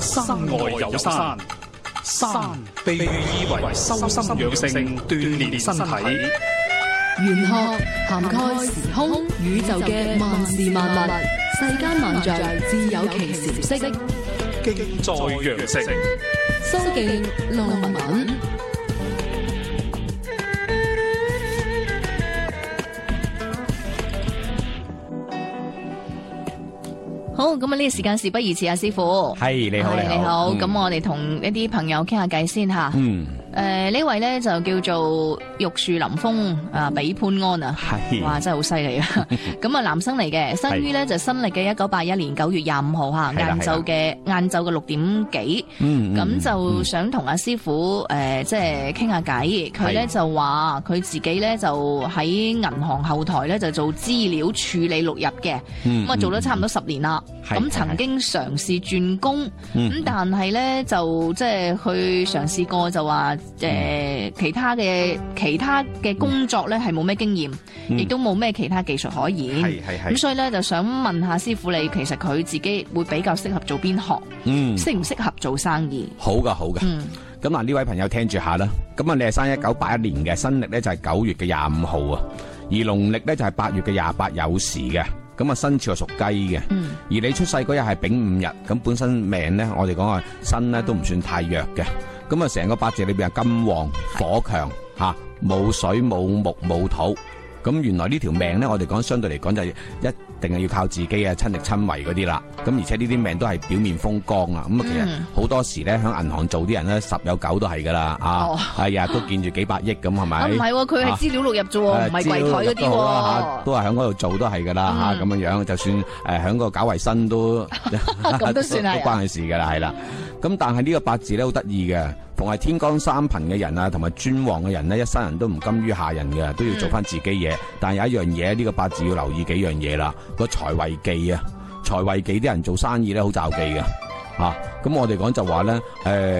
山外有山，山被喻意為修心養性、鍛鍊身體。玄學涵蓋時空宇宙嘅萬事萬物，世間萬象自有其禪色。經在羊城，蘇敬路文。好，咁啊呢個時間事不宜遲啊，師傅。係你好，係你你好，好。咁、我哋同一啲朋友傾下偈先吓。嗯，誒、呢位咧就叫做玉樹臨風啊，比潘安啊，係哇真係好犀 利啊！咁啊男生嚟嘅，生於咧就新歷嘅一九八一年九月廿五號嚇，係啦晏晝嘅晏晝嘅六點幾，嗯，嗯咁就想同阿師傅誒、即係傾下偈。佢咧係就話佢自己咧就喺銀行後台咧就做資料處理錄入嘅，嗯咁啊做咗差唔多十年啦。係嗯咁曾經嘗試轉工，咁但係咧就即係佢嘗試過就話誒、嗯其他嘅其他嘅工作咧係冇咩經驗，嗯亦都冇咩其他技術可言。係係咁係，所以咧就想問下師傅你，其實佢自己會比較適合做邊行，嗯，適唔適合做生意？好噶好噶。嗯，咁嗱，呢位朋友聽住下啦。咁啊，你係生一九八一年嘅，新歷咧就係九月嘅廿五號啊，而農曆咧就係八月嘅廿八有時嘅。咁啊，生肖係屬雞嘅。嗯而你出世嗰日係丙午日，咁本身命呢，我哋講啊，身呢都唔算太弱嘅。咁啊，成個八字裏邊係金旺、火強嚇，冇、水、冇木、冇土。咁原來呢條命呢，我哋講相對嚟講就係一定係要靠自己啊，親力親為嗰啲啦。咁而且呢啲命都係表面風光啊。咁啊，其實嗯好多時呢，喺銀行做啲人呢，十有九都係噶啦啊哦，係啊，都見住幾百億咁係咪？啊唔係喎，佢係啊資料錄入啫誒喎，唔啊係櫃招台嗰入啲都好啦嚇喎。都係喺嗰度做都係噶啦嚇，咁嗯樣樣就算誒喺嗰個搞衞生都咁都算係啊都關佢事噶啦，係啦。咁但係呢個八字咧好得意嘅，逢係天干三貧嘅人啊，同埋專旺嘅人呢，一生人都唔甘於下人嘅，都要做翻自己嗯嘢。但係有一樣嘢，呢、個八字要留意幾樣嘢啦，個財位忌啊，財位忌啲人做生意咧好罩忌嘅啊。咁我哋講就話咧誒。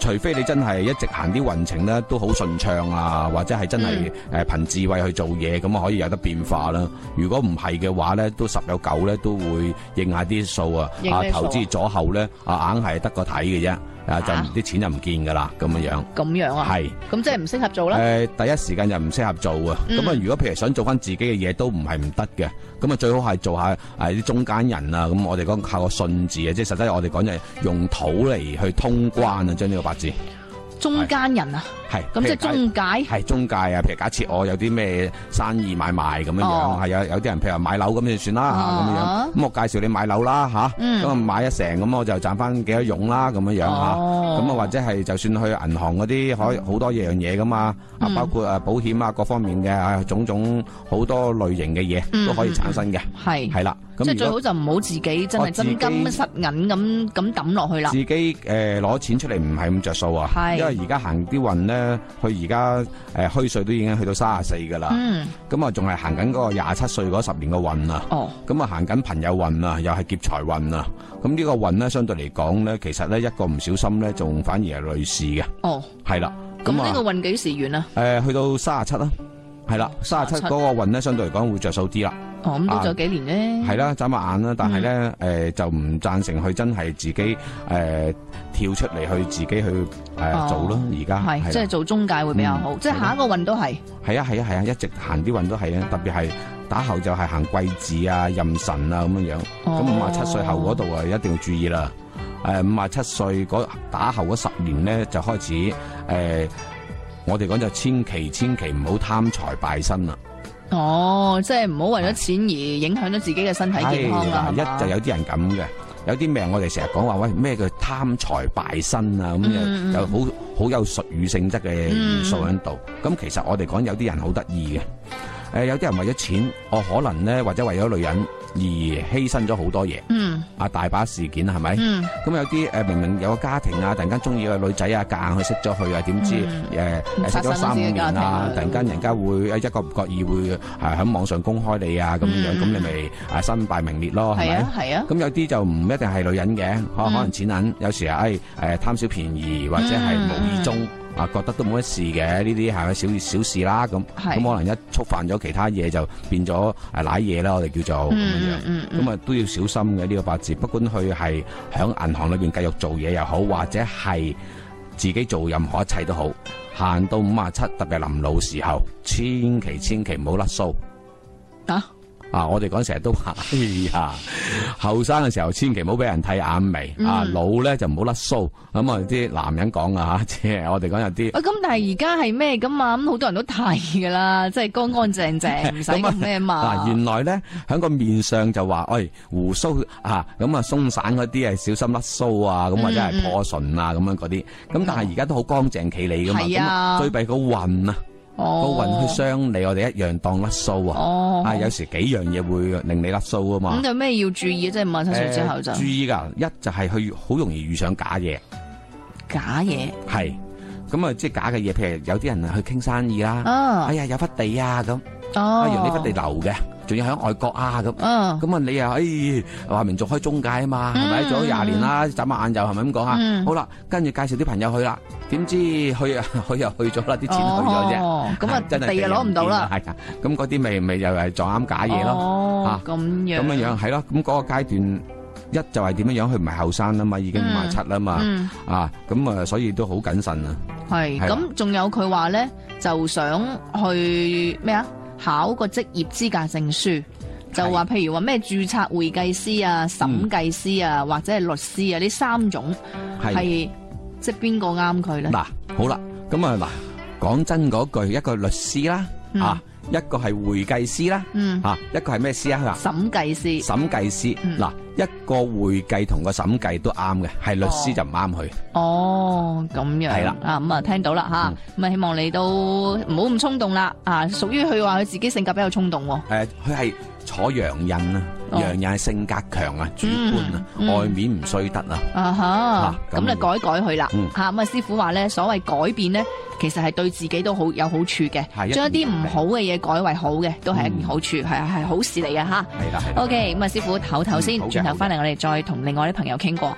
除非你真係一直行啲運程咧都好順暢啊，或者係真係嗯誒憑智慧去做嘢，咁啊可以有得變化啦。如果唔係嘅話咧，都十有九咧都會應下啲數啊，應啊咩數啊投資左後咧啊硬係得個睇嘅啫，啊就啊唔啲錢就唔見㗎啦，咁樣樣咁樣啊？係。咁即係唔適合做誒、啦。第一時間就唔適合做啊！嗯咁啊、如果譬如想做翻自己嘅嘢，都唔係唔得嘅。咁啊，最好係做下誒啲中間人啊。咁我哋講靠個信字啊，即係實質我哋講就係用土嚟去通關啊，將呢個八字中間人啊，係。咁即係譬如假中介。係中介啊，譬如假設我有啲咩生意買賣咁樣哦樣，係啊有有啲人譬如話買樓咁就算啦啊嚇咁樣，咁我介紹你買樓啦嚇，嗯咁啊買一成咁我就賺翻幾多佣啦咁樣樣嚇，哦咁啊或者係就算去銀行嗰啲可以好多樣嘢噶嘛，啊嗯包括誒保險啊各方面嘅啊種種好多類型嘅嘢都可以產生嘅，係。係啦，咁嗯即係如最果好就唔好自己真係我自己真金實銀咁咁抌落去啦自。己誒攞、錢出嚟唔係咁着數啊，係因為而家行啲運咧，佢而家誒呃虛歲都已經去到三十四噶啦。嗯，咁啊，仲係行緊嗰個廿七歲嗰十年嘅運啊，哦，咁啊行緊朋友運啊，又係劫財運啊。咁呢個運呢，相對嚟講呢，其實呢，一個唔小心呢，仲反而係累事嘅，哦，係啦。咁咁呢個啊，運幾時完啊？誒、去到三十七啦，係啦，三十七37嗰個運呢，相對嚟講會着數啲啦，哦，咁都仲有幾年係咧？啦，眨下嗯眼啦。但係呢，誒、就唔贊成佢真係自己誒、跳出嚟去自己去誒、哦做咯。而家係，即係做中介會比較好。即係下一個運都係。係啊係啊係啊，一直行啲運都係啊，特別係打後就係行貴字啊、壬辰啊咁樣樣。咁五啊七歲後嗰度啊，一定要注意啦。誒五啊七歲嗰打後嗰十年咧，就開始誒、呃我哋講就千祈千祈唔好貪財敗身啊啦。哦，即係唔好為咗錢而影響咗自己嘅身體健康啦，係嘛嗱一就有啲人咁嘅，有啲命我哋成日講話喂咩叫貪財敗身啊，咁嗯嗯嗯又又好好有術語性質嘅元素喺度。咁其實我哋講有啲人好得意嘅，誒有啲人為咗錢，我可能咧或者為咗女人而犧牲咗好多嘢，嗯啊大把事件係咪？嗯，咁有啲誒、呃明明有個家庭啊，突然間中意個女仔啊，夾硬去識咗佢啊，點知嗯誒誒識殺咗傷三五自己年家庭啊啊，突然間人家會呃一個唔覺意會誒喺網上公開你啊咁樣，嗯咁你咪啊身敗名裂咯，係係咪啊？係啊，咁有啲就唔一定係女人嘅，可可嗯哎呃嗯能錢銀，有時啊，誒誒貪小便宜或者係無意中啊覺得都冇乜事嘅，呢啲係咪小小事啦咁，係咁可能一觸犯咗其他嘢就變咗誒賴嘢啦，我哋叫做咁樣樣嗯。嗯嗯咁啊都要小心嘅呢個八字，不管佢係喺銀行裏邊繼續做嘢又好，或者係自己做任何一切都好，行到五啊七，特別係臨老時候，千祈千祈唔好甩須。嗯，啊，啊！我哋講成日都話，哎呀，後生嘅時候千祈唔好俾人剃眼眉、啊，老咧就唔好甩須。咁啊，啲男人講啊，嚇即係我哋講有啲。喂，咁但係而家係咩噶嘛？咁好多人都剃噶啦，即係乾乾淨淨，唔使咁咩嘛嗱，。原來咧喺個面上就話，喂、胡鬚啊，咁啊鬆散嗰啲係小心甩須啊，咁或者係破唇啊咁樣嗰啲。咁但係而家都好乾淨企理噶嘛，係咁啊啊對比個運啊，個運去傷你，我哋一樣當甩須啊。哦，啊，有時幾樣嘢會令你甩須啊嘛咁。有咩要注意啊？即係五啊七歲之後就誒注意㗎，一就係佢好容易遇上假嘢，假嘢係咁啊，即係假嘅嘢，譬如有啲人去傾生意啦，啊哎，呀有忽地啊咁，哦啊，原來呢忽地流嘅，仲要喺外國啊咁。嗯，咁啊，你又哎話明做開中介啊嘛，係咪嗯做咗廿年啦，眨下眼就係咪咁講嗯啊？好啦，跟住介紹啲朋友去啦，點知去啊 去又去咗啦，啲錢去咗啫，哦，咁啊，真係地又攞唔到啦，係啊，咁嗰啲咪咪又係撞啱啊假嘢咯。哦，咁樣咁樣樣係咯，咁嗰個階段一就係點樣樣，佢唔係後生啦嘛，已經五廿七啦嘛，嗯，啊，咁啊，所以都好謹慎啊。係。係啦咁仲有佢話咧，就想去咩啊？考個職業資格證書。就話譬如話咩註冊會計師嗯啊、審計師啊，或者係律師啊，呢三種係係即係邊個啱佢咧？嗱，好啦，咁啊嗱，講真嗰句，一個律師啦，嗯啊，一個係會計師啦，嗯，啊，一個係咩師啊？佢話審計師審計師，嗯嗱，一個會計同個審計都啱嘅，係律師就唔啱佢。哦，咁樣係啦嗯啊，咁啊聽到啦吓，咁啊、希望你都唔好咁衝動啦啊，屬於佢話佢自己性格比較衝動喎，誒，佢係坐洋印啊，哦洋印係性格強啊，主觀啊，嗯嗯外面唔衰得啊。啊哈啊，咁咁你改一改佢啦嗯吓，咁啊師傅話咧，所謂改變咧，其實係對自己都好有好處嘅，係一將一啲定嗯唔嘅好嘅嘢改為好嘅，都係一件好處，係係好事嚟嘅吓。係啦，係啦。 OK，咁啊師傅唞唞先，嗯好嘅轉頭翻嚟我哋再同另外啲朋友傾過。